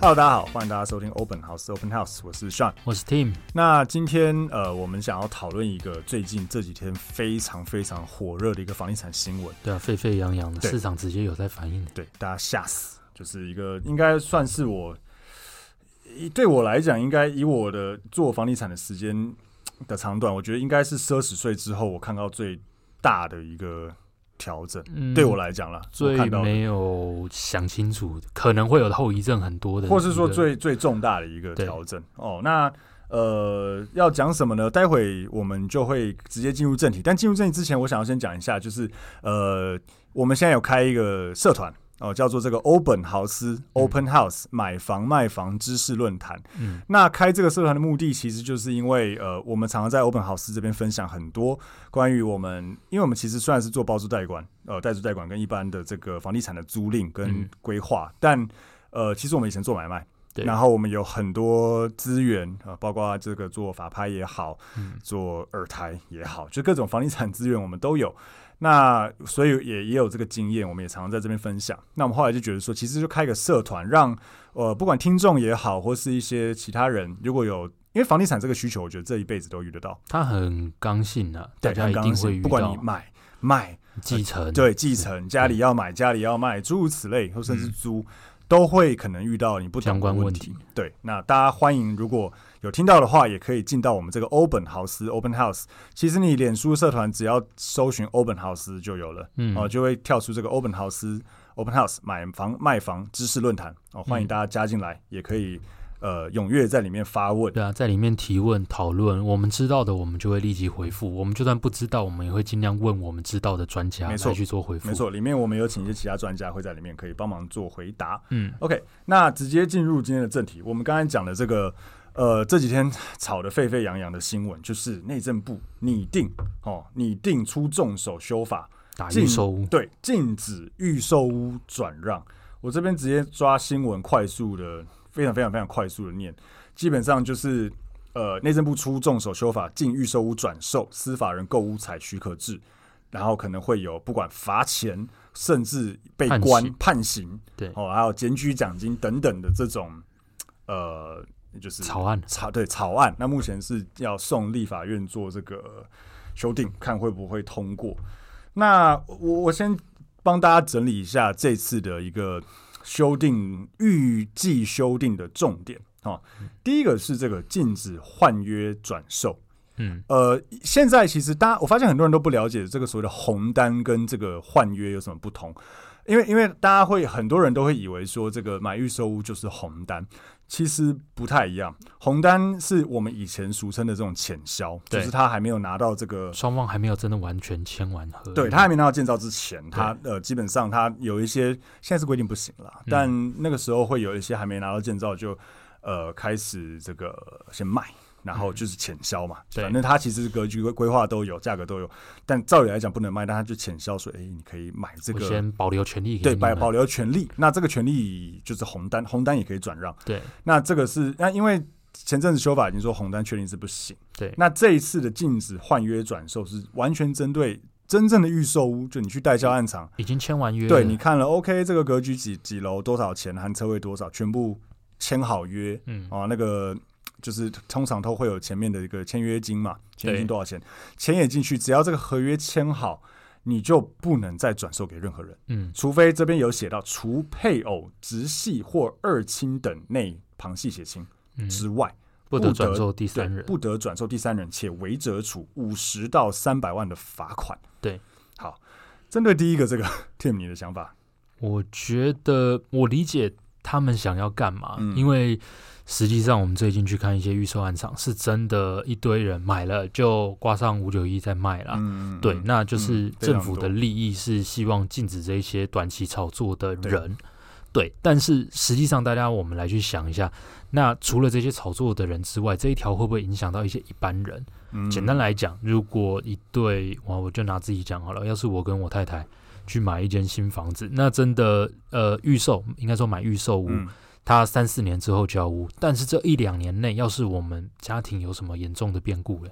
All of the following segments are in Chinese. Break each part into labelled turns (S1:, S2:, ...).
S1: Hello，大家好，欢迎大家收听 Open House Open House，我是 Sean。
S2: 我是 Tim，
S1: 那今天呃，我们想要讨论一个最近这几天非常非常火热的一个房地产新闻，
S2: 对啊，沸沸扬扬的，
S1: 对
S2: 市场直接有在反应。
S1: 对大家吓死，就是一个应该算是我，以对我来讲，应该以我的做房地产的时间的长短，我觉得应该是奢侈税之后我看到最大的一个调整，
S2: 嗯
S1: 对我来讲啦，我
S2: 最
S1: 看到的
S2: 没有想清楚，可能会有后遗症很多的，
S1: 或是说
S2: 对不对
S1: 最最重大的一个
S2: 对
S1: 调整哦。那呃，要讲什么呢？待会我们就会直接进入正题。但进入正题之前，我想要先讲一下，就是呃，我们现在有开一个社团哦，叫做这个欧本豪斯 （Open House） 买房卖房知识论坛。
S2: 嗯，
S1: 那开这个社团的目的，其实就是因为呃，我们常常在欧本豪斯这边分享很多关于我们，因为我们其实虽然是做包租代管，呃，代租代管跟一般的这个房地产的租赁跟
S2: 嗯
S1: 规划，但呃，其实我们以前做买卖。
S2: 对
S1: 然后我们有很多资源，呃，包括这个做法拍也好，
S2: 嗯
S1: 做二胎也好，就各种房地产资源我们都有。那所以也也有这个经验，我们也常常在这边分享。那我们后来就觉得说，其实就开一个社团，让呃不管听众也好，或是一些其他人，如果有因为房地产这个需求，我觉得这一辈子都遇得到，
S2: 它很刚性啊，大
S1: 对，
S2: 家
S1: 很
S2: 一
S1: 刚
S2: 定会
S1: 性，
S2: 遇
S1: 不管你
S2: 到
S1: 买卖
S2: 继承，
S1: 对，继承家里要买，家里要卖，诸如此类，或甚至租，都会可能遇到你不懂的
S2: 嗯相关
S1: 问
S2: 问
S1: 题
S2: 题。
S1: 对，那大家欢迎，如果有听到的话，也可以进到我们这个欧本豪斯 （Open House）。其实你脸书社团只要搜寻欧本豪斯就有了，
S2: 嗯
S1: 哦、就会跳出这个欧本豪斯 （Open House） 买房卖房知识论坛哦，
S2: 嗯
S1: 欢迎大家加进来，也可以呃踊跃在里面发问。
S2: 对啊，在里面提问讨论，我们知道的我们就会立即回复，我们就算不知道，我们也会尽量问我们知道的专家
S1: 没错
S2: 来去做回复。
S1: 没，错，里面我们有请一些其他专家会在里面可以帮忙做回答。
S2: 嗯，
S1: OK，那直接进入今天的正题。我们刚才讲的这个，呃，这几天吵得沸沸扬扬的新闻，就是内政部拟定哦，拟定出重手修法，
S2: 打
S1: 禁
S2: 预售屋，
S1: 对，禁止预售屋转让。我这边直接抓新闻，快速的，非常非常非常快速的念，基本上就是呃，内政部出重手修法，禁预售屋转售，司法人购屋采许可制，然后可能会有不管罚钱，甚至被
S2: 判
S1: 关
S2: 刑
S1: 判刑，
S2: 对
S1: 哦，还有检举奖金等等的这种呃，就是
S2: 草案
S1: 草对草案，那目前是要送立法院做这个修订，看会不会通过。那我我先帮大家整理一下这次的一个修订预计修订的重点哦。第一个是这个禁止换约转售，
S2: 嗯，
S1: 呃，现在其实大家我发现很多人都不了解这个所谓的红单跟这个换约有什么不同，因为因为大家会很多人都会以为说这个买预售屋就是红单，其实不太一样。红单是我们以前俗称的这种潜销，就
S2: 对
S1: 是他还没有拿到这个。
S2: 双方还没有真的完全签完合约，
S1: 对他还没拿到建造之前，他呃基本上他有一些现在是规定不行了，
S2: 嗯
S1: 但那个时候会有一些还没拿到建造就呃开始这个先卖，然后就是潜销嘛，
S2: 嗯对
S1: 反正他其实格局规规划都有，价格都有，但照理来讲不能卖，但他就潜销说，哎、你可以买这
S2: 我
S1: 个。
S2: 先保留权利给
S1: 对，
S2: 你
S1: 保
S2: 们，
S1: 保留权利，那这个权利就是红单，红单也可以转让。
S2: 对
S1: 那这个是那因为前阵子修法已经说红单确定是不行，
S2: 对，
S1: 那这一次的禁止换约转售是完全针对真正的预售屋，就你去代销案场，
S2: 已经签完约了，
S1: 对你看了 OK 这个格局几几楼多少钱，含车位多少，全部签好约
S2: 嗯，
S1: 啊，那个。就是通常都会有前面的一个签约金嘛，签约金
S2: 对
S1: 多少钱，钱也进去，只要这个合约签好，你就不能再转售给任何人，
S2: 嗯，
S1: 除非这边有写到，除配偶、直系或二亲等内旁系血亲
S2: 嗯
S1: 之外，
S2: 不
S1: 不
S2: 得
S1: 得
S2: 转售第
S1: 对
S2: 三，人，
S1: 不得转售第三人，且违者处五十到三百万的罚款。
S2: 对，
S1: 好，针对第一个这个 Tim 你的想法，
S2: 我觉得我理解他们想要干嘛，
S1: 嗯
S2: 因为实际上我们最近去看一些预售案场，是真的一堆人买了就挂上五九一在卖啦。
S1: 嗯，嗯
S2: 啊对，
S1: 嗯
S2: 那就是
S1: 嗯非常
S2: 政府的
S1: 多
S2: 利益是希望禁止这一些短期炒作的
S1: 对
S2: 人。对，但是实际上，大家我们来去想一下，那除了这些炒作的人之外，这一条会不会影响到一些一般人？
S1: 嗯
S2: 简单来讲，如果一对哇，我就拿自己讲好了，要是我跟我太太去买一间新房子，那真的呃预售，应该说买预售屋，
S1: 嗯
S2: 它三四年之后交屋，但是这一两年内，要是我们家庭有什么严重的变故了，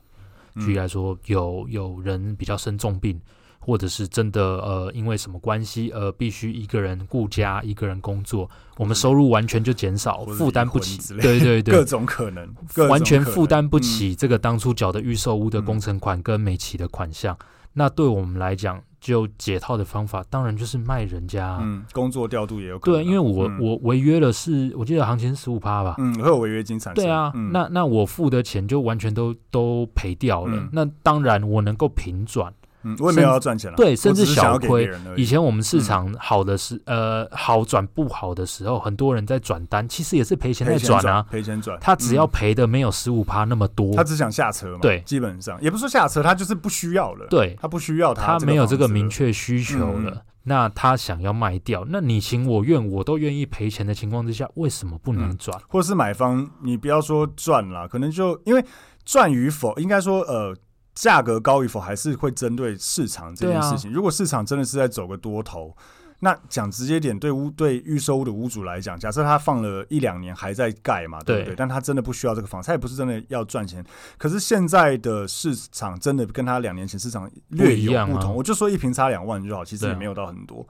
S1: 嗯
S2: 举例来说，有有人比较生重病，或者是真的呃因为什么关系呃必须一个人顾家、一个人工作，我们收入完全就减少，
S1: 嗯或者
S2: 负担
S1: 离
S2: 不
S1: 婚
S2: 起
S1: 之，类
S2: 对对对，
S1: 各种可能，各种
S2: 完全
S1: 可
S2: 负担
S1: 能
S2: 不起这个当初缴的预售屋的
S1: 嗯
S2: 工程款跟每期的款项。那对我们来讲，就解套的方法，当然就是卖人家、啊。
S1: 嗯，嗯工作调度也有可能啊。
S2: 对，因为我、
S1: 嗯
S2: 我违约了是，我记得行情十五趴吧。
S1: 嗯会有违约金产生。
S2: 对啊，
S1: 嗯
S2: 那那我付的钱就完全都都赔掉了。
S1: 嗯
S2: 那当然我能够平转。
S1: 嗯我也没有
S2: 甚
S1: 要赚钱了，
S2: 对
S1: 我
S2: 甚
S1: 只
S2: 至
S1: 是想
S2: 小
S1: 要给
S2: 亏
S1: 别人而已
S2: 以前我们市场
S1: 嗯
S2: 好的时，呃，好转不好的时候，很多人在转单，其实也是赔钱在
S1: 赔钱
S2: 转啊。
S1: 赔钱转，
S2: 他只要
S1: 嗯
S2: 赔的没有十五趴那么多，
S1: 他只想下车嘛，
S2: 对
S1: 基本上也不是说下车，他就是不需要了，，
S2: 对，
S1: 他不需要
S2: 他
S1: 这
S2: 没有
S1: 房
S2: 这个
S1: 子
S2: 明
S1: 了，嗯
S2: 确需求了，那他想要卖掉，那你情我愿，我都愿意赔钱的情况之下，为什么不能转？
S1: 或是买方，你不要说赚啦，可能就因为赚与否，应该说呃。价格高与否还是会针对市场这件
S2: 对啊
S1: 事情。如果市场真的是在走个多头，那讲直接点，对屋对预售屋的屋主来讲，假设他放了一两年还在盖嘛，对不
S2: 对
S1: 对？但他真的不需要这个房子，他也不是真的要赚钱。可是现在的市场真的跟他两年前市场略
S2: 不一
S1: 有
S2: 样啊
S1: 不同，我就说一平差两万就好，其实
S2: 对啊
S1: 也没有到很多。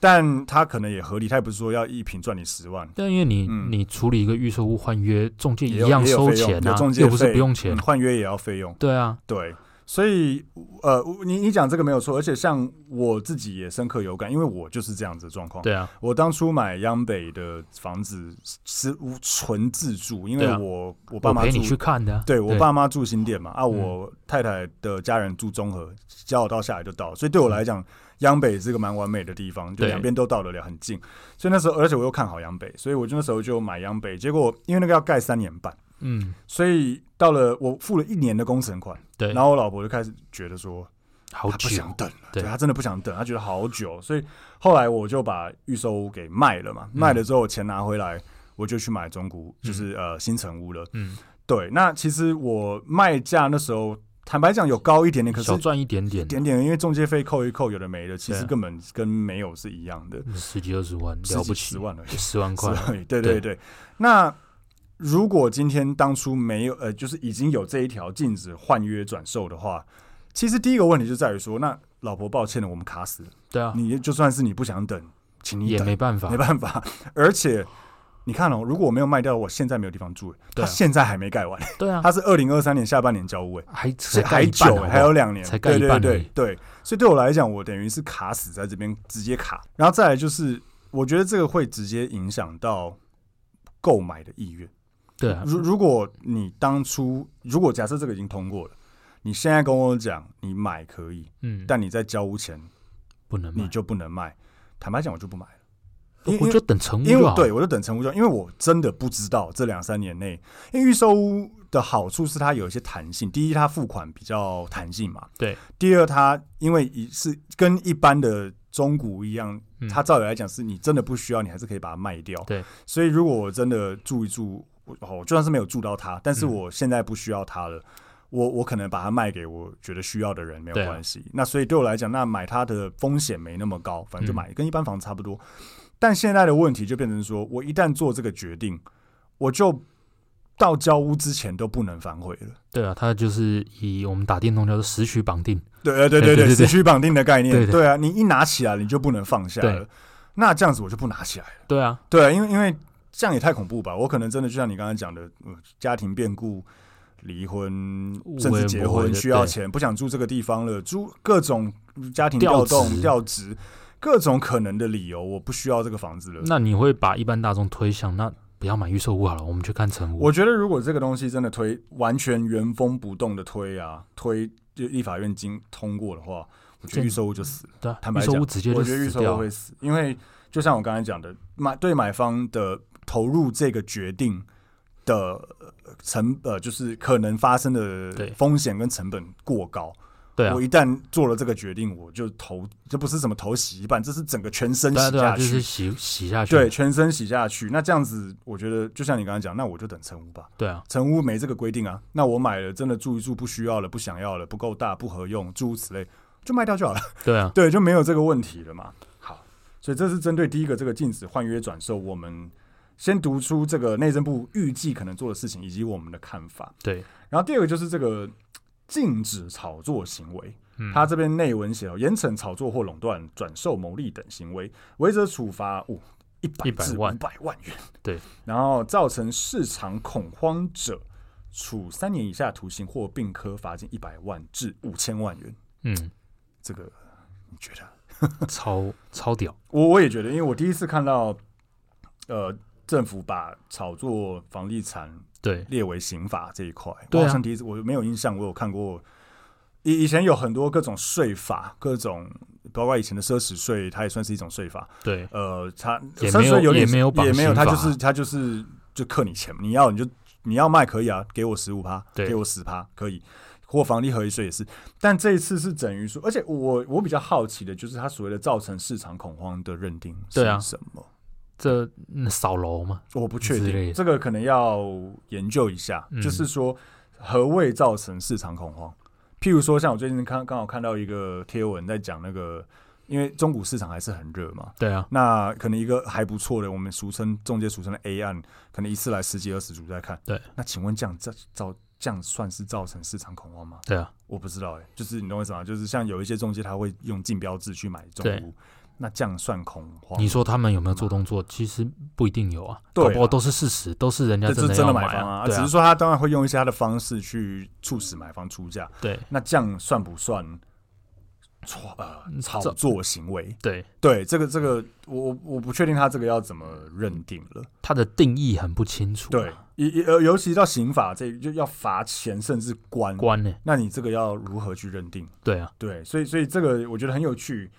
S1: 但他可能也合理，他也不是说要一平赚你十万，
S2: 但因为你、
S1: 嗯
S2: 你处理一个预售屋换约，中介一
S1: 也有
S2: 样
S1: 也有
S2: 收
S1: 费用
S2: 钱
S1: 有
S2: 啊
S1: 中，介
S2: 又不是
S1: 费
S2: 不用钱
S1: 嗯，换约也要费用。
S2: 对啊，
S1: 对，所以呃，你你讲这个没有错，而且像我自己也深刻有感，因为我就是这样子的状况。
S2: 对啊，
S1: 我当初买央北的房子是纯自住，因为
S2: 对啊
S1: 我、我爸
S2: 我
S1: 妈
S2: 陪
S1: 住
S2: 你去嗯看的啊、
S1: 对我爸妈住新店嘛，啊，我太太的家人住中和，交我到下来就到，所以对我来讲，央北是个蛮完美的地方，就
S2: 嗯对
S1: 两边都到得了，很近。所以那时候，而且我又看好央北，所以我就那时候就买央北。结果因为那个要盖三年半，
S2: 嗯，
S1: 所以到了我付了一年的工程款，
S2: 对，
S1: 然后我老婆就开始觉得说，
S2: 好
S1: 她不
S2: 久
S1: 想，等了，
S2: 对
S1: 对她真的不想等，她觉得好久，所以后来我就把预售屋给卖了
S2: 嗯
S1: 嘛，卖了之后钱拿回来，我就去买中古，就是呃新城屋了。
S2: 嗯，
S1: 对，那其实我卖价那时候，坦白讲有高一点点，可是
S2: 小赚一点点啊，
S1: 点点，因为中介费扣一扣，有的没的，其
S2: 对
S1: 实
S2: 啊
S1: 根本跟没有是一样的，
S2: 嗯十几二十万
S1: 十
S2: 了
S1: 几
S2: 不起，
S1: 十万而已，
S2: 十万块，
S1: 所以对
S2: 对
S1: 对对。那如果今天当初没有呃，就是已经有这一条禁止换约转售的话，其实第一个问题就在于说，那老婆抱歉了，我们卡死了，
S2: 对啊，
S1: 你就算是你不想等，请你
S2: 也
S1: 等，
S2: 没办法
S1: 没，办法。而且你看哦，如果我没有卖掉，我现在没有地方住，他
S2: 对啊
S1: 现在还没盖完，
S2: 对啊，
S1: 他是二零二三年下半年交屋，哎，
S2: 还
S1: 所
S2: 才
S1: 以还
S2: 一半
S1: 久
S2: 好不
S1: 欸，
S2: 好
S1: 还有两年，
S2: 才盖
S1: 对
S2: 一
S1: 对
S2: 半而
S1: 对
S2: 已
S1: 对，所以对我来讲，我等于是卡死在这边，直接卡。然后再来就是，我觉得这个会直接影响到购买的意愿。
S2: 对啊，
S1: 如如果你当初，如果假设这个已经通过了，你现在跟我讲你买可以，
S2: 嗯，
S1: 但你在交屋前
S2: 不能
S1: 你
S2: 卖，
S1: 就不能卖。坦白讲，我就不买了，因
S2: 我就等成屋
S1: 因
S2: 就
S1: 为
S2: 好，
S1: 对我就等成屋就好，因为我真的不知道这两三年内，因为预售屋的好处是它有一些弹性，第一它付款比较弹性嘛，
S2: 对，
S1: 第二它因为一是跟一般的中古一样，
S2: 嗯
S1: 它照理来讲是你真的不需要，你还是可以把它卖掉，
S2: 对，
S1: 所以如果我真的住一住，我哦我就算是没有住到它，但是
S2: 嗯
S1: 我现在不需要它了。我我可能把它卖给我觉得需要的人没有
S2: 对啊
S1: 关系，那所以对我来讲，那买它的风险没那么高，反正就
S2: 嗯
S1: 买，跟一般房子差不多。但现在的问题就变成说，我一旦做这个决定，我就到交屋之前都不能反悔了。
S2: 对啊，他就是以我们打电动叫做时区绑定，
S1: 对，呃，对对
S2: 对对
S1: 对，时
S2: 对
S1: 区绑定的概念，
S2: 对对
S1: 啊，你一拿起来你就不能放下了
S2: 对。
S1: 那这样子我就不拿起来了，
S2: 对啊，
S1: 对啊，因为因为这样也太恐怖吧？我可能真的就像你刚才讲的，呃家庭变故、离婚，甚至结
S2: 无微不微
S1: 婚
S2: 的
S1: 需要
S2: 对
S1: 钱，不想住这个地方了，住各种家庭调
S2: 调职
S1: 动、调职，各种可能的理由，我不需要这个房子了。
S2: 那你会把一般大众推向那不要买预售屋好了，我们去看成屋。
S1: 我觉得如果这个东西真的推完全原封不动的推啊，推就立法院经通过的话，我觉
S2: 这
S1: 得预售屋就死了。
S2: 对啊，
S1: 坦
S2: 预
S1: 白
S2: 售
S1: 讲，
S2: 屋直接就
S1: 我觉得预
S2: 死
S1: 售屋
S2: 掉
S1: 会。死，因为就像我刚才讲的，买对买方的投入这个决定的呃成呃，就是可能发生的
S2: 对
S1: 风险跟成本过高。
S2: 对啊
S1: 我，一旦做了这个决定，我就投，这不是什么投洗衣板，这是整个全身
S2: 对啊
S1: 洗
S2: 对啊，
S1: 下
S2: 就是
S1: 去，
S2: 洗洗下去，
S1: 对，全身洗下去。那这样子，我觉得就像你刚刚讲，那我就等成屋吧。
S2: 对啊，
S1: 成屋没这个规定啊，那我买了真的住一住，不需要了，不想要了，不够大，不合用，诸如此类，就卖掉就好了。
S2: 对啊，
S1: 对，就没有这个问题了嘛。好，所以这是针对第一个这个禁止换约转售，我们先读出这个内政部预计可能做的事情以及我们的看法。
S2: 对，
S1: 然后第二个就是这个禁止炒作行为，
S2: 嗯，
S1: 它这边内文写哦了严惩炒作或垄断、转售牟利等行为，违者处罚五一百
S2: 100
S1: 至五
S2: 万
S1: 百万元。
S2: 对，
S1: 然后造成市场恐慌者。处三年以下徒刑或并科罚金一百万至五千万元，
S2: 嗯，
S1: 这个你觉得
S2: 超超屌，
S1: 我我也觉得，因为我第一次看到，呃，政府把炒作房地产
S2: 对
S1: 列为刑法这一块，
S2: 对啊
S1: 我好像第一次我没有印象，我有看过。以以前有很多各种税法，各种包括以前的奢侈税，它也算是一种税法。
S2: 对
S1: 呃，它
S2: 也
S1: 奢侈
S2: 没有
S1: 税有点
S2: 也没有绑
S1: 也没有，它
S2: 刑
S1: 就
S2: 法
S1: 是它就是就克你钱，你要你就你要卖可以啊，给我十五趴，
S2: 对
S1: 给我十趴可以，或房地合一税也是。但这一次是等于说，而且我我比较好奇的就是它所谓的造成市场恐慌的认定是
S2: 对啊
S1: 什么？
S2: 这嗯扫楼嘛，
S1: 我不确
S2: 之类
S1: 定，
S2: 的
S1: 这个可能要研究一下，
S2: 嗯
S1: 就是说何谓造成市场恐慌？譬如说，像我最近看刚好看到一个贴文在讲那个，因为中古市场还是很热嘛，
S2: 对啊，
S1: 那可能一个还不错的，我们俗称中介俗称的 A 案，可能一次来十几二十组在看。
S2: 对，
S1: 那请问这样这造这样算是造成市场恐慌吗？
S2: 对啊，
S1: 我不知道哎、就是你懂我意思吗？就是像有一些中介他会用竞标制去买中
S2: 对
S1: 古，那这样算恐慌？
S2: 你说他们有没有做动作？其实不一定有啊，
S1: 哦对啊
S2: 搞不好都是事实，都是人家
S1: 这
S2: 真
S1: 是
S2: 的
S1: 真
S2: 要
S1: 的买
S2: 啊，
S1: 方啊，
S2: 对
S1: 只
S2: 啊
S1: 是，说他当然会用一些他的方式去促使买方出价，
S2: 对
S1: 那这样算不算炒呃炒
S2: 这
S1: 作行为？
S2: 对，
S1: 对，这个这个我我我不确定他这个要怎么认定了。
S2: 它的定义很不清楚、啊
S1: 对，，尤尤尤其到刑法这就要罚钱甚至关，
S2: 关呢、
S1: 那你这个要如何去认定？
S2: 对啊，
S1: 对，所以所以这个我觉得很有趣，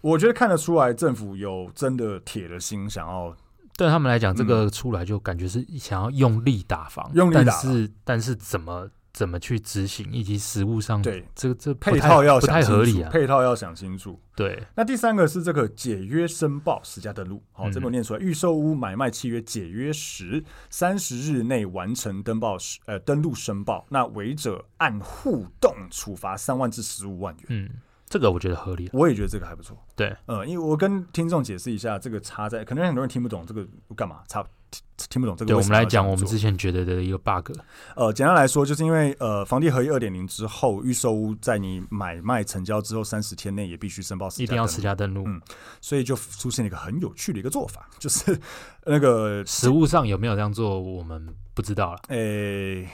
S1: 我觉得看得出来政府有真的铁了心想要
S2: 对他们来讲，
S1: 嗯
S2: 这个出来就感觉是想要用力打房，
S1: 用力打
S2: 但
S1: 房
S2: 是但是怎么怎么去执行，以及实物上
S1: 对
S2: 这这不
S1: 配
S2: 太
S1: 套要
S2: 不
S1: 想
S2: 太
S1: 清
S2: 合
S1: 楚
S2: 理啊，
S1: 配套要想清楚。
S2: 对
S1: 那第三个是这个解约申报实价登录，好、
S2: 嗯
S1: 这边我念出来，预售屋买卖契约解约时三十日内完成登报时，呃，登录申报，那违者按互动处罚三万至十五万元。
S2: 嗯，这个我觉得合理啊，
S1: 我也觉得这个还不错，
S2: 对，
S1: 呃，因为我跟听众解释一下，这个差在，可能很多人听不懂这个干嘛差。听听不懂这个
S2: 对
S1: 为
S2: 我
S1: 什么
S2: 们
S1: 要
S2: 来
S1: 这样
S2: 讲，
S1: 做，
S2: 我们之前觉得的一个 bug，
S1: 呃，简单来说，就是因为呃，房地合一二点零之后，预售屋在你买卖成交之后三十天内也必须申报实价登录，
S2: 一定要实价登录，
S1: 嗯所以就出现了一个很有趣的一个做法，就是 那个
S2: 实物上有没有这样做，我们不知道了，
S1: 诶、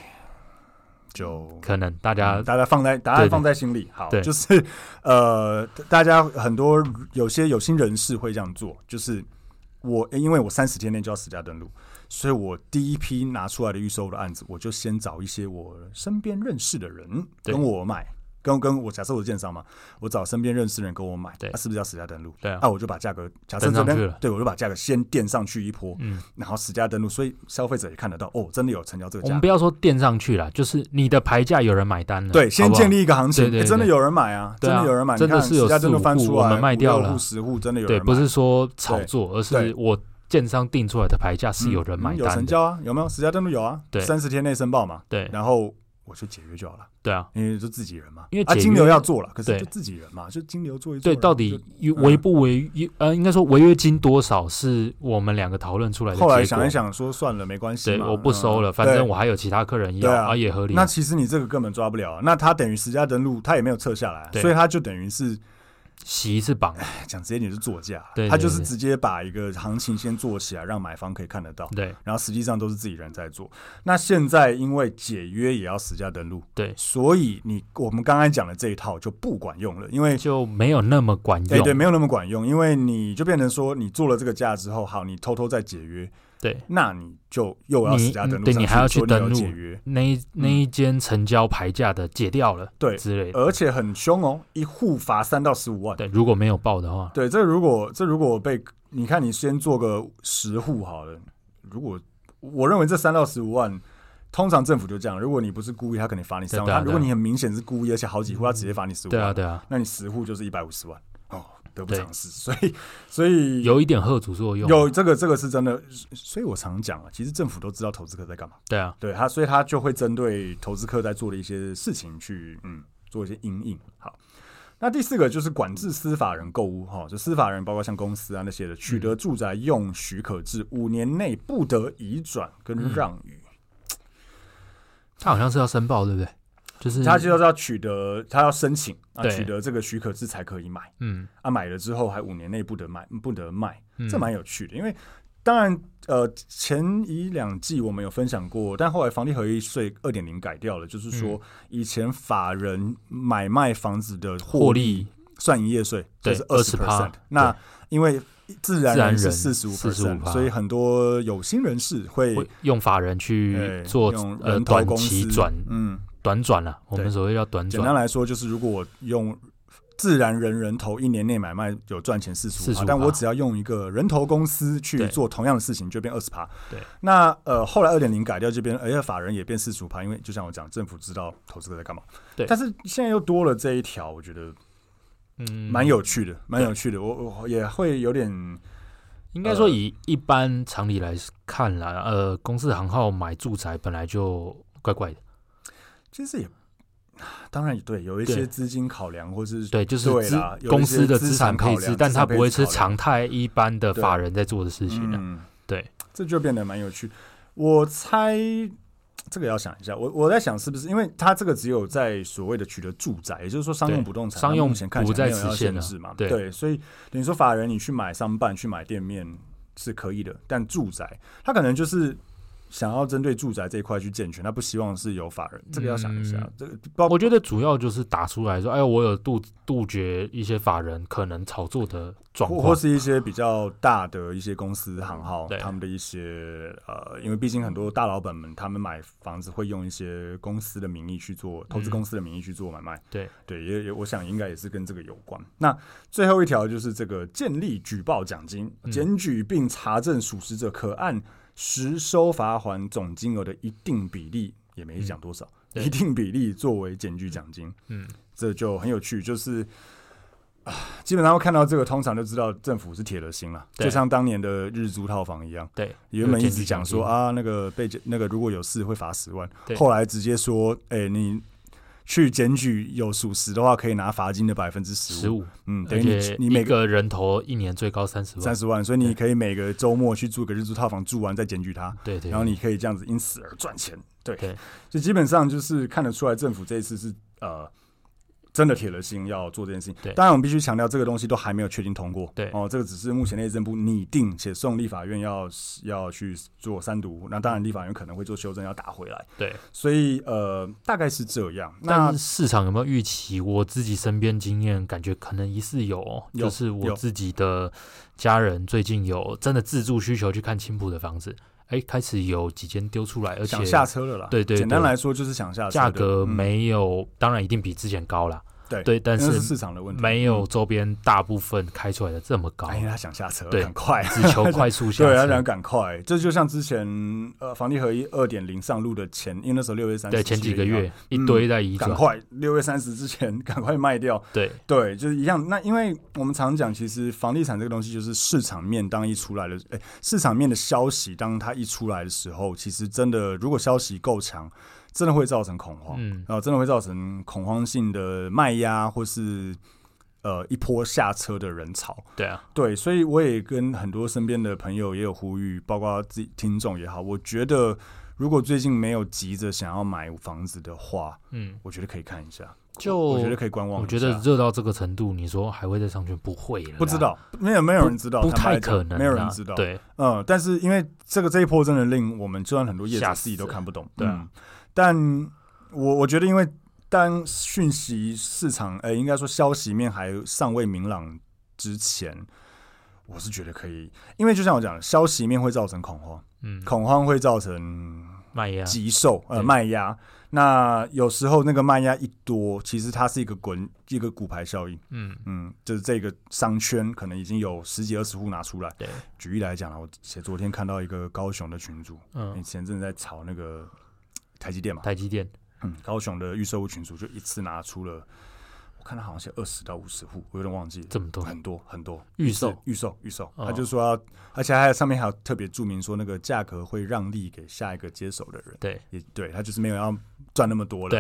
S1: 就
S2: 可能大家、
S1: 大家放在答
S2: 呃对
S1: 案
S2: 对
S1: 放在心里。好，
S2: 对
S1: 就是呃，大家很多有些有心人士会这样做，就是我因为我三十天内就要实价登录，所以我第一批拿出来的预售的案子，我就先找一些我身边认识的人
S2: 对
S1: 跟我买。跟跟我假设我是建商嘛，我找身边认识的人跟我买，
S2: 对
S1: 那、是不是要实价登录？
S2: 对啊
S1: 那、我就把价格假设
S2: 登
S1: 这
S2: 上去
S1: 边
S2: 了
S1: 对我就把价格先垫上去一波，
S2: 嗯，
S1: 然后实价登录，所以消费者也看得到哦，真的有成交这个
S2: 我
S1: 价
S2: 们
S1: 格
S2: 不。要说垫上去了，就是你的牌价有人买单了，
S1: 对，
S2: 好
S1: 先
S2: 不好
S1: 建立一个行情，
S2: 对对
S1: 诶真的
S2: 对
S1: 有人买啊，
S2: 对
S1: 真
S2: 啊
S1: 的有人买，
S2: 真的
S1: 你看
S2: 是有
S1: 实价真的
S2: 四五
S1: 翻
S2: 户
S1: 出来，
S2: 我们卖掉
S1: 五六
S2: 了
S1: 户十户，真的有人
S2: 对，
S1: 买嗯
S2: 不是说炒
S1: 对
S2: 作，而
S1: 对
S2: 是我建商定出来的牌价是有人买
S1: 嗯有
S2: 单
S1: 成
S2: 的，
S1: 交啊，有没有实价登录有啊？
S2: 对
S1: 三十天内申报嘛，
S2: 对
S1: 然后我就解约就好了，
S2: 对啊，
S1: 因为就自己人嘛，
S2: 因为
S1: 啊
S2: 解约
S1: 金流要做了，可是
S2: 对
S1: 就自己人嘛，就金流做一做，
S2: 对，
S1: 然后
S2: 到底有
S1: 嗯
S2: 违不违约？呃，应该说违约金多少是我们两个讨论出来
S1: 就
S2: 的
S1: 后来
S2: 结
S1: 想
S2: 果
S1: 一，想说算了，没关系
S2: 对，
S1: 嘛，
S2: 我不收了，
S1: 嗯
S2: 反正。
S1: 对
S2: 我还有其他客人
S1: 对
S2: 要
S1: 啊
S2: 也合理
S1: 那
S2: 啊。
S1: 其实你这个根本抓不了啊，那他等于实价登录，他也没有撤下来，啊
S2: 对
S1: 所以他就等于是
S2: 洗一次榜，
S1: 讲直接点是作价，
S2: 对对
S1: 他就是
S2: 对
S1: 直接把一个行情先做起来，让买方可以看得到。
S2: 对
S1: 然后实际上都是自己人在做。那现在因为解约也要实价登录，
S2: 对，
S1: 所以你我们刚刚讲的这一套就不管用了，因为
S2: 就没有那么管
S1: 哎对
S2: 用。
S1: 对没有那么管用，因为你就变成说你做了这个价之后，好，你偷偷再解约，
S2: 对
S1: 那你就又要
S2: 你
S1: 实价登录上
S2: 嗯
S1: 去，
S2: 对你还要去
S1: 说你有
S2: 登录
S1: 解约，
S2: 那一那一间成交牌价的解掉了，
S1: 嗯对呃
S2: 之类的。
S1: 而且很凶哦，一户罚三到十五万。
S2: 对，如果没有报的话，
S1: 对，这如果这如果被你看，你先做个十户好了，如果我认为这三到十五万，通常政府就这样，如果你不是故意，他可能罚你三万；
S2: 对啊对啊
S1: 他如果你很明显是故意，而且好几户，他直接罚你十五
S2: 对
S1: 万。
S2: 啊，对啊，
S1: 那你十户就是一百五十万哦，得不
S2: 对
S1: 偿失。所以，所以
S2: 有一点贺主作用，
S1: 有这个这个是真的，所以我常讲啊，其实政府都知道投资客在干嘛，
S2: 对啊，
S1: 对他，所以他就会针对投资客在做的一些事情去嗯做一些阴影。好，那第四个就是管制司法人购物哈、哦，就司法人包括像公司啊那些的，取得住宅用许可制五年内不得移转跟让与。
S2: 他好像是要申报，对不对？就是
S1: 他就是要取得，他要申请啊，
S2: 嗯对
S1: 取得这个许可制才可以买。
S2: 嗯
S1: 啊，买了之后还五年内不得买，不得卖，
S2: 嗯
S1: 这蛮有趣的。因为当然，呃，前一两季我们有分享过，但后来房地合一税二点零改掉了，就是
S2: 嗯
S1: 说以前法人买卖房子的
S2: 获
S1: 获利
S2: 利
S1: 算营业税，
S2: 对
S1: 就是二十
S2: 20%
S1: percent。那因为自然
S2: 自然
S1: 人
S2: 人
S1: 是四十五 percent，
S2: 45%
S1: 所以很多有心人士会
S2: 会用法人去
S1: 呃
S2: 做
S1: 用
S2: 呃
S1: 人头
S2: 短
S1: 公
S2: 期
S1: 司
S2: 转
S1: 嗯，
S2: 短转了，我
S1: 对
S2: 们所谓叫短
S1: 简单
S2: 转，
S1: 来说，就是如果我用自然人人头一年内买卖有赚钱四十五趴，
S2: 45%
S1: 但我只要用一个人头公司去
S2: 对
S1: 做同样的事情，就变二十趴。
S2: 对，
S1: 那呃后来二点零改掉这边，而且法人也变四十五趴，因为就像我讲，政府知道投资客在干嘛。
S2: 对
S1: 但是现在又多了这一条，我觉得
S2: 嗯，
S1: 蛮有趣的，蛮有趣的。我我也会有点
S2: 应该说，
S1: 呃
S2: 以一般常理来看啦，呃，公司行号买住宅本来就怪怪的，
S1: 其实也。当然也对，有一些
S2: 对
S1: 资金考量，或是
S2: 对，就是
S1: 对
S2: 资
S1: 啦有一些
S2: 公司的资
S1: 资产
S2: 产配
S1: 考量
S2: 置，但
S1: 资
S2: 它
S1: 产配
S2: 不会
S1: 置
S2: 是
S1: 考量
S2: 常态一般的
S1: 对
S2: 法人在做的事情啊的。
S1: 嗯，
S2: 对，
S1: 这就变得蛮有趣。我猜这个要想一下，我我在想是不是因为它这个只有在所谓的取得住宅，也就是说商用
S2: 对
S1: 不动产，
S2: 商
S1: 它
S2: 用
S1: 目前看起
S2: 不
S1: 来
S2: 在
S1: 没有
S2: 此
S1: 要
S2: 限
S1: 限
S2: 了
S1: 制嘛，
S2: 对
S1: 所以等于说法人你去买商办去买店面是可以的，但住宅它可能就是。想要针对住宅这一块去健全，他不希望是有法人，这个要想一下。
S2: 嗯
S1: 这个包括
S2: 我觉得主要就是打出来说，哎，我有杜杜绝一些法人可能炒作的状
S1: 或或
S2: 况。
S1: 是一些比较大的一些公司行号，
S2: 对
S1: 他们的一些呃，因为毕竟很多大老板们，他们买房子会用一些公司的名义去做，投资
S2: 嗯
S1: 公司的名义去做买卖。
S2: 对
S1: 对，也也我想应该也是跟这个有关。那最后一条就是这个建立举报奖金，
S2: 嗯
S1: 检举并查证属实者，可按实收罚还总金额的一定比例，也没讲多少，
S2: 嗯对
S1: 一定比例作为检举奖金。
S2: 嗯，
S1: 这就很有趣，就是。啊基本上看到这个，通常就知道政府是铁了心了，
S2: 对
S1: 就像当年的日租套房一样，
S2: 对，
S1: 原本
S2: 有
S1: 一
S2: 检
S1: 直
S2: 举
S1: 讲
S2: 奖
S1: 说
S2: 金，
S1: 啊，那个被检那个如果有事会罚十万，
S2: 对
S1: 后来直接说，哎、你去检举有属实的话，可以拿罚金的百分之十
S2: 十
S1: 五，
S2: 五，
S1: 嗯，等
S2: 而
S1: 于
S2: 且
S1: 你你每
S2: 一
S1: 个
S2: 个人头一年最高三十
S1: 三
S2: 万。
S1: 十万，所以你可以每个周末去住个日租套房，住完再检举他，
S2: 对对，
S1: 然后你可以这样子因此而赚钱，对，
S2: 对
S1: 就基本上就是看得出来政府这一次是呃。真的铁了心要做这件事情，
S2: 对
S1: 当然我们必须强调，这个东西都还没有确定通过，
S2: 对
S1: 哦，这个只是目前内政部拟定且送立法院要要去做三读，那当然立法院可能会做修正，要打回来，
S2: 对。
S1: 所以呃，大概是这样。那
S2: 但是市场有没有预期？我自己身边经验感觉可能疑似有哦，
S1: 有
S2: 就是
S1: 有
S2: 我自己的家人最近有真的自住需求去看青浦的房子，哎，开始有几间丢出来，而且
S1: 想下车了啦，
S2: 对对对
S1: 简单来说就是想下车的，
S2: 价格
S1: 嗯
S2: 没有，当然一定比之前高啦，
S1: 对
S2: 对，但
S1: 那是
S2: 是
S1: 市场的问题，嗯
S2: 没有周边大部分开出来的这么高，
S1: 哎，他想下车，
S2: 对
S1: 赶 快，
S2: 只求快速 下
S1: 对，他啊想
S2: 车。
S1: 赶快。这就像之前呃，房地合一二点零上路的前，因为那时候六月三十，
S2: 对，前几个
S1: 7
S2: 月
S1: 一
S2: 一
S1: 样
S2: 堆在
S1: 嗯
S2: 移
S1: 赶
S2: 转，
S1: 快六月三十之前 赶快卖掉，
S2: 对
S1: 对，就是一样。那因为我们常讲，其实房地产这个东西就是市场面，当一出来的，哎，市场面的消息，当它一出来的时候，其实真的如果消息够强，真的会造成恐慌，
S2: 嗯
S1: 然后真的会造成恐慌性的卖压或是呃一波下车的人潮。
S2: 对啊，
S1: 对，所以我也跟很多身边的朋友也有呼吁，包括自己听众也好，我觉得如果最近没有急着想要买房子的话，
S2: 嗯，
S1: 我觉得可以看一下，
S2: 就
S1: 我觉得可以观望一下。
S2: 我觉得热到这个程度，你说还会再上去？不会了啦，
S1: 不知道，没有没有人知道，
S2: 不
S1: 坦白讲
S2: 太可能啦，啊
S1: 没有人知道。，
S2: 对，
S1: 嗯，但是因为这个这一波真的令我们，就算很多业者
S2: 吓死
S1: 自己都看不懂，
S2: 对啊
S1: 嗯但我我觉得，因为当讯息市场，呃，应该说消息面还尚未明朗之前，我是觉得可以，因为就像我讲的，消息面会造成恐慌，
S2: 嗯，啊
S1: 恐慌会造成
S2: 卖压，
S1: 急售呃
S2: 对
S1: 卖压。那有时候那个卖压一多，其实它是一个滚一个骨牌效应，
S2: 嗯，
S1: 嗯，就是这个商圈可能已经有十几二十户拿出来。
S2: 对，
S1: 举例来讲啦，我前昨天看到一个高雄的群主，
S2: 嗯
S1: 以，前正在炒那个台积电嘛，
S2: 台积电，
S1: 嗯，高雄的预售屋群主就一次拿出了，我看他好像是二十到五十户，我有点忘记了，
S2: 这么多
S1: 很多很多
S2: 预售
S1: 是预售预售，
S2: 哦
S1: 他就说要，而且还有上面还有特别注明说那个价格会让利给下一个接手的人，
S2: 对
S1: 也对他就是没有要赚那么多了。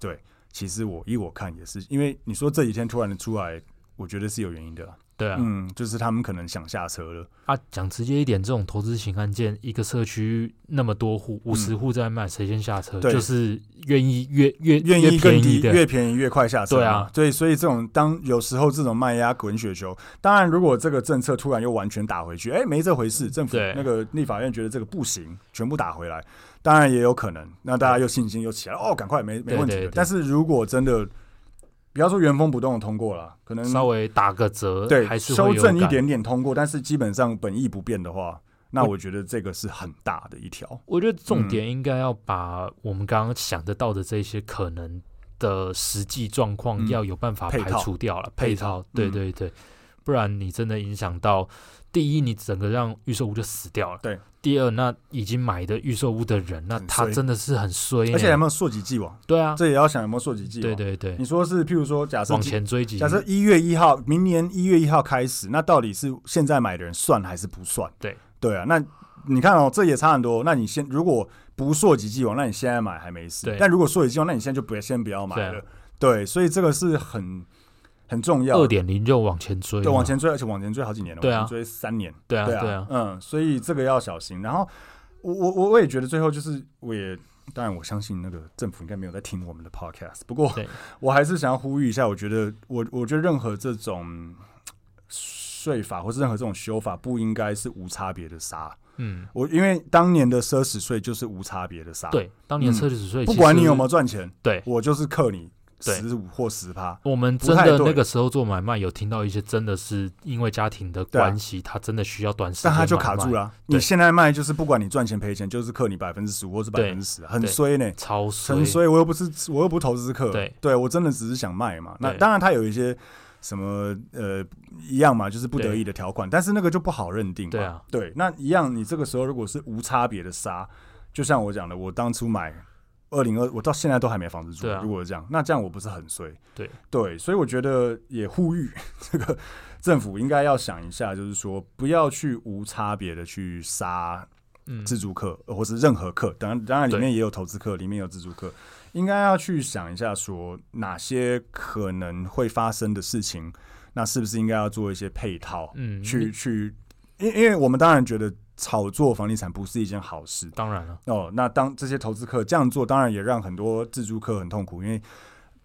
S2: 对啊，
S1: 其实我依我看也是，因为你说这几天突然的出来，我觉得是有原因的啦，
S2: 对啊，
S1: 嗯，就是他们可能想下车了，
S2: 啊，讲直接一点，这种投资型案件，一个社区那么多户，五十户在卖，谁先下车？
S1: 嗯对
S2: 就是愿意越越
S1: 愿
S2: 越
S1: 意更
S2: 便
S1: 低
S2: 宜
S1: 越
S2: 的，
S1: 便宜越快下车嘛。
S2: 对啊
S1: 对，所以这种当有时候这种卖压滚雪球，当然如果这个政策突然又完全打回去，哎，没这回事，政府
S2: 嗯对
S1: 那个立法院觉得这个不行，全部打回来，当然也有可能，那大家又信心又起来，哦，赶快没没问题的。
S2: 对对对
S1: 但是如果真的不要说原封不动的通过了，可能
S2: 稍微打个折，
S1: 嗯对
S2: 还是会
S1: 修
S2: 有
S1: 正一
S2: 感。
S1: 点点通过，但是基本上本意不变的话，那
S2: 我
S1: 我觉得这个是很大的一条。
S2: 我觉得重
S1: 嗯
S2: 点应该要把我们刚刚想得到的这些可能的实际状况，
S1: 嗯
S2: 要有办法
S1: 配
S2: 排
S1: 套
S2: 除掉了。
S1: 配
S2: 配
S1: 套
S2: 套，对
S1: 嗯
S2: 对对，不然你真的影响到第一，你整个让预售屋就死掉了。
S1: 对。
S2: 第二，那已经买的预售屋的人，那
S1: 很
S2: 他
S1: 衰
S2: 真的是很衰欸，
S1: 而且有没有溯及既往？
S2: 对啊，
S1: 这也要想有没有溯及既往。
S2: 对对对
S1: 哦你，说是，譬如说，假设
S2: 往
S1: 今
S2: 前追击。
S1: 假设一月一号，明年一月一号开始，那到底是现在买的人算还是不算？
S2: 对
S1: 对啊，那你看哦，这也差很多。那你先如果不溯及既往，哦那你现在买还没事
S2: 对；
S1: 但如果溯及既哦往，那你现在就别先不要买
S2: 对
S1: 了
S2: 啊。
S1: 对，所以这个是很很重要
S2: 二
S1: 的。
S2: 点零就往前追嘛，
S1: 对，往前追，而且往前追好几年了，
S2: 对啊
S1: 往前追三年。
S2: 对啊，
S1: 对
S2: 对啊，
S1: 嗯，所以这个要小心。然后我我我我也觉得最后就是我也。当然，我相信那个政府应该没有在听我们的 podcast。不过
S2: 对，
S1: 我还是想要呼吁一下，我觉得我我觉得任何这种呃税法或是任何这种修法，不应该是无差别的杀。
S2: 嗯，
S1: 我因为当年的奢侈税就是无差别的杀，，
S2: 对，当年车子税，
S1: 啊嗯不管你有没有，赚钱，
S2: 对
S1: 我就是克你
S2: 对
S1: 十五或十趴。
S2: 我们
S1: 不
S2: 真
S1: 太
S2: 的
S1: 对
S2: 那个时候做买卖，有听到一些真的是因为家庭的
S1: 对啊
S2: 关系，他真的需要短时间
S1: 但
S2: 买卖，
S1: 它就卡住了啊、
S2: 对
S1: 你现在卖就是不管你赚钱赔钱，就是克你百分之十五或是百
S2: 对
S1: 分之十，很
S2: 对
S1: 衰呢、
S2: 超衰
S1: 很，衰，我又不是我又不投资客，
S2: 对
S1: 我真的只是想卖嘛。那
S2: 对
S1: 当然，它有一些什么呃一样嘛，就是不得已的条款，但是那个就不好认定嘛。
S2: 对啊，
S1: 对，那一样，你这个时候如果是无差别的杀，就像我讲的，我当初买二零二，我到现在都还没房子住。
S2: 对啊
S1: 如果是这样，那这样我不是很衰？
S2: 对
S1: 对，所以我觉得也呼吁 这个政府应该要想一下，就是说不要去无差别的去杀
S2: 嗯，
S1: 自助客，呃或是任何客，当然当然里
S2: 对
S1: 面也有投资客，里面有自助客，应该要去想一下说哪些可能会发生的事情，那是不是应该要做一些配套，
S2: 嗯
S1: 去去，因因为我们当然觉得炒作房地产不是一件好事
S2: 当然了，
S1: 哦，那当这些投资客这样做，当然也让很多自助客很痛苦，因为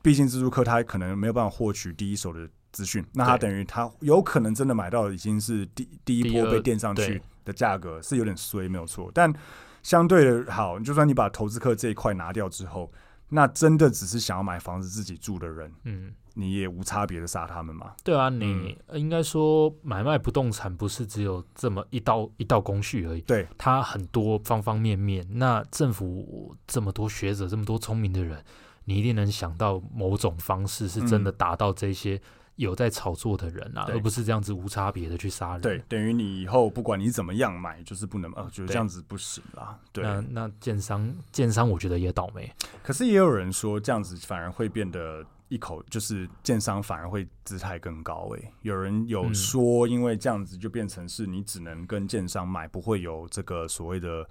S1: 毕竟自助客他可能没有办法获取第一手的资讯，那他
S2: 对
S1: 等于他有可能真的买到的已经是第第一
S2: 第
S1: 波
S2: 二
S1: 被垫上去
S2: 对
S1: 的价格，是有点衰没有错，但相对的好，就算你把投资客这一块拿掉之后，那真的只是想要买房子自己住的人，
S2: 嗯，
S1: 你也无差别的杀他们嘛，
S2: 对啊，你应该说买卖不动产不是只有这么一道一道工序而已，
S1: 对，
S2: 它很多方方面面。那政府这么多学者，这么多聪明的人，你一定能想到某种方式是真的达到这些有在炒作的人啊，
S1: 嗯对
S2: 而不是这样子无差别的去杀人。
S1: 对，，等于你以后不管你怎么样买，就是不能呃，觉得这
S2: 对
S1: 样子不行啦，对，
S2: 那那建商建商我觉得也倒霉，
S1: 可是也有人说，这样子反而会变得一口就是建商反而会姿态更高、欸。有人有
S2: 嗯
S1: 说，因为这样子就变成是你只能跟建商买，不会有这个所谓的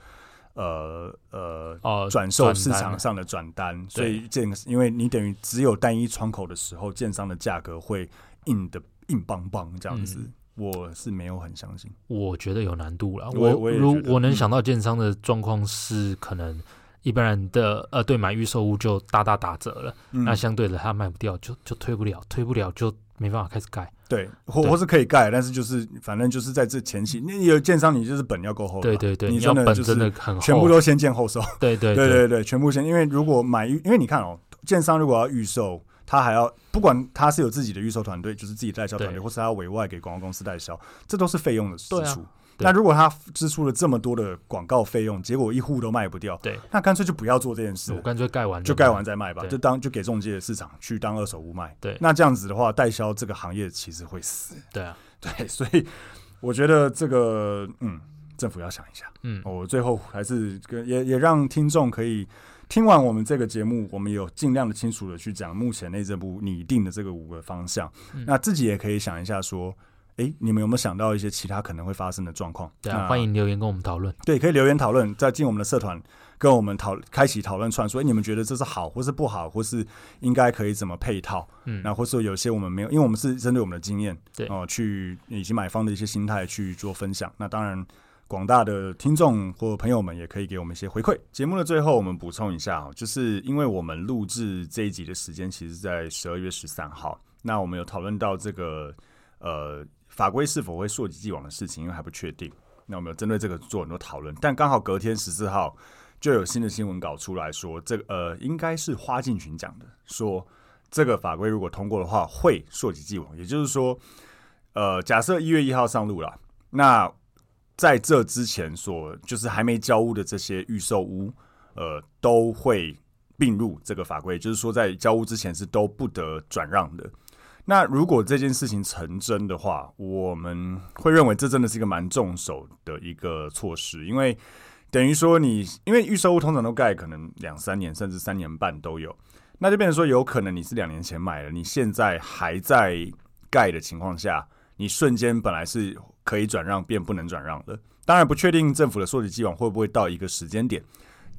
S1: 呃呃
S2: 哦
S1: 转售
S2: 转单
S1: 市场上的转单，所以建因为你等于只有单一窗口的时候，建商的价格会硬的硬邦邦这样子。
S2: 嗯
S1: 我是没有很相信，
S2: 我觉得有难度了。
S1: 我也我也
S2: 如
S1: 觉得
S2: 我能
S1: 嗯
S2: 想到建商的状况是可能。一般人的呃，对买预售屋就大大打折了，
S1: 嗯
S2: 那相对的他卖不掉就就推不了，推不了就没办法开始盖。
S1: 对，或
S2: 对
S1: 或是可以盖，但是就是反正就是在这前期，你有建商，你就是本要够厚的
S2: 对
S1: 嘛，
S2: 对对，
S1: 哦你
S2: 你要
S1: 真的
S2: 本
S1: 就是
S2: 真的很厚，
S1: 全部都先建后售，
S2: 对对
S1: 对对对，全部先，因为如果买预，因为你看哦，建商如果要预售，他还要不管他是有自己的预售团队，就是自己代销团队，
S2: 对
S1: 或是他要委外给广告公司代销，这都是费用的支
S2: 对啊
S1: 出。
S2: 对
S3: 那如果他支出了这么多的广告费用，结果一户都卖不掉，
S2: 对，
S3: 那干脆就不要做这件事
S2: 我
S3: 了，
S2: 干脆盖完
S3: 就
S2: 卖
S3: 盖完。再卖吧，
S2: 对
S3: 就当就给中介的市场去当二手屋卖。
S2: 对
S3: 那这样子的话，代销这个行业其实会死。
S2: 对啊，
S3: 对，所以我觉得这个，嗯，政府要想一下。
S2: 嗯，
S3: 哦我最后还是跟也也让听众可以听完我们这个节目，我们有尽量的清楚的去讲目前内政部拟定的这个五个方向，
S2: 嗯
S3: 那自己也可以想一下说。诶，你们有没有想到一些其他可能会发生的状况？
S2: 对啊，
S3: 那
S2: 欢迎留言跟我们讨论。
S3: 对，可以留言讨论，再进我们的社团，跟我们讨开启讨论串，说诶你们觉得这是好，或是不好，或是应该可以怎么配套？
S2: 嗯
S3: 那或是有些我们没有，因为我们是针对我们的经验，
S2: 对
S3: 哦、去以及买方的一些心态去做分享。那当然，广大的听众或朋友们也可以给我们一些回馈。
S1: 节目的最后，我们补充一下哦，就是因为我们录制这一集的时间其实在十二月十三号，那我们有讨论到这个呃法规是否会溯及既往的事情，因为还不确定。那我们有针对这个做很多讨论，但刚好隔天十四号就有新的新闻稿出来说，这个呃应该是花敬群讲的，说这个法规如果通过的话会溯及既往，也就是说，呃假设一月一号上路了，那在这之前所就是还没交屋的这些预售屋，呃，都会并入这个法规，就是说在交屋之前是都不得转让的。那如果这件事情成真的话，我们会认为这真的是一个蛮重手的一个措施，因为等于说你因为预售屋通常都盖可能两三年甚至三年半都有，那就变成说有可能你是两年前买了，你现在还在盖的情况下，你瞬间本来是可以转让变不能转让了。当然不确定政府的溯及既往会不会到一个时间点，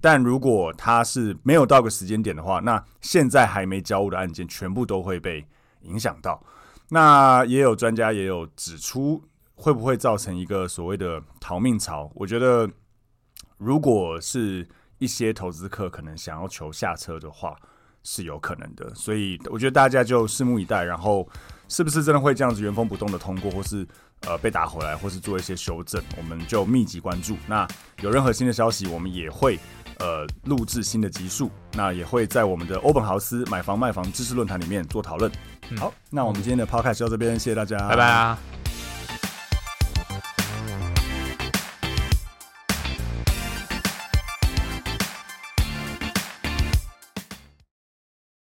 S1: 但如果它是没有到个时间点的话，那现在还没交屋的案件全部都会被影响到。那也有专家也有指出，会不会造成一个所谓的逃命潮？我觉得，如果是一些投资客可能想要求下车的话，是有可能的。所以我觉得大家就拭目以待，然后是不是真的会这样子原封不动的通过，或是呃被打回来，或是做一些修正，我们就密集关注。那有任何新的消息，我们也会呃录制新的集数，那也会呃在我们的欧本豪斯买房卖房知识论坛里面做讨论。
S2: 嗯
S3: 好，那我们今天的 podcast 就到这边，谢谢大家，
S1: 拜拜。
S2: 拜啊。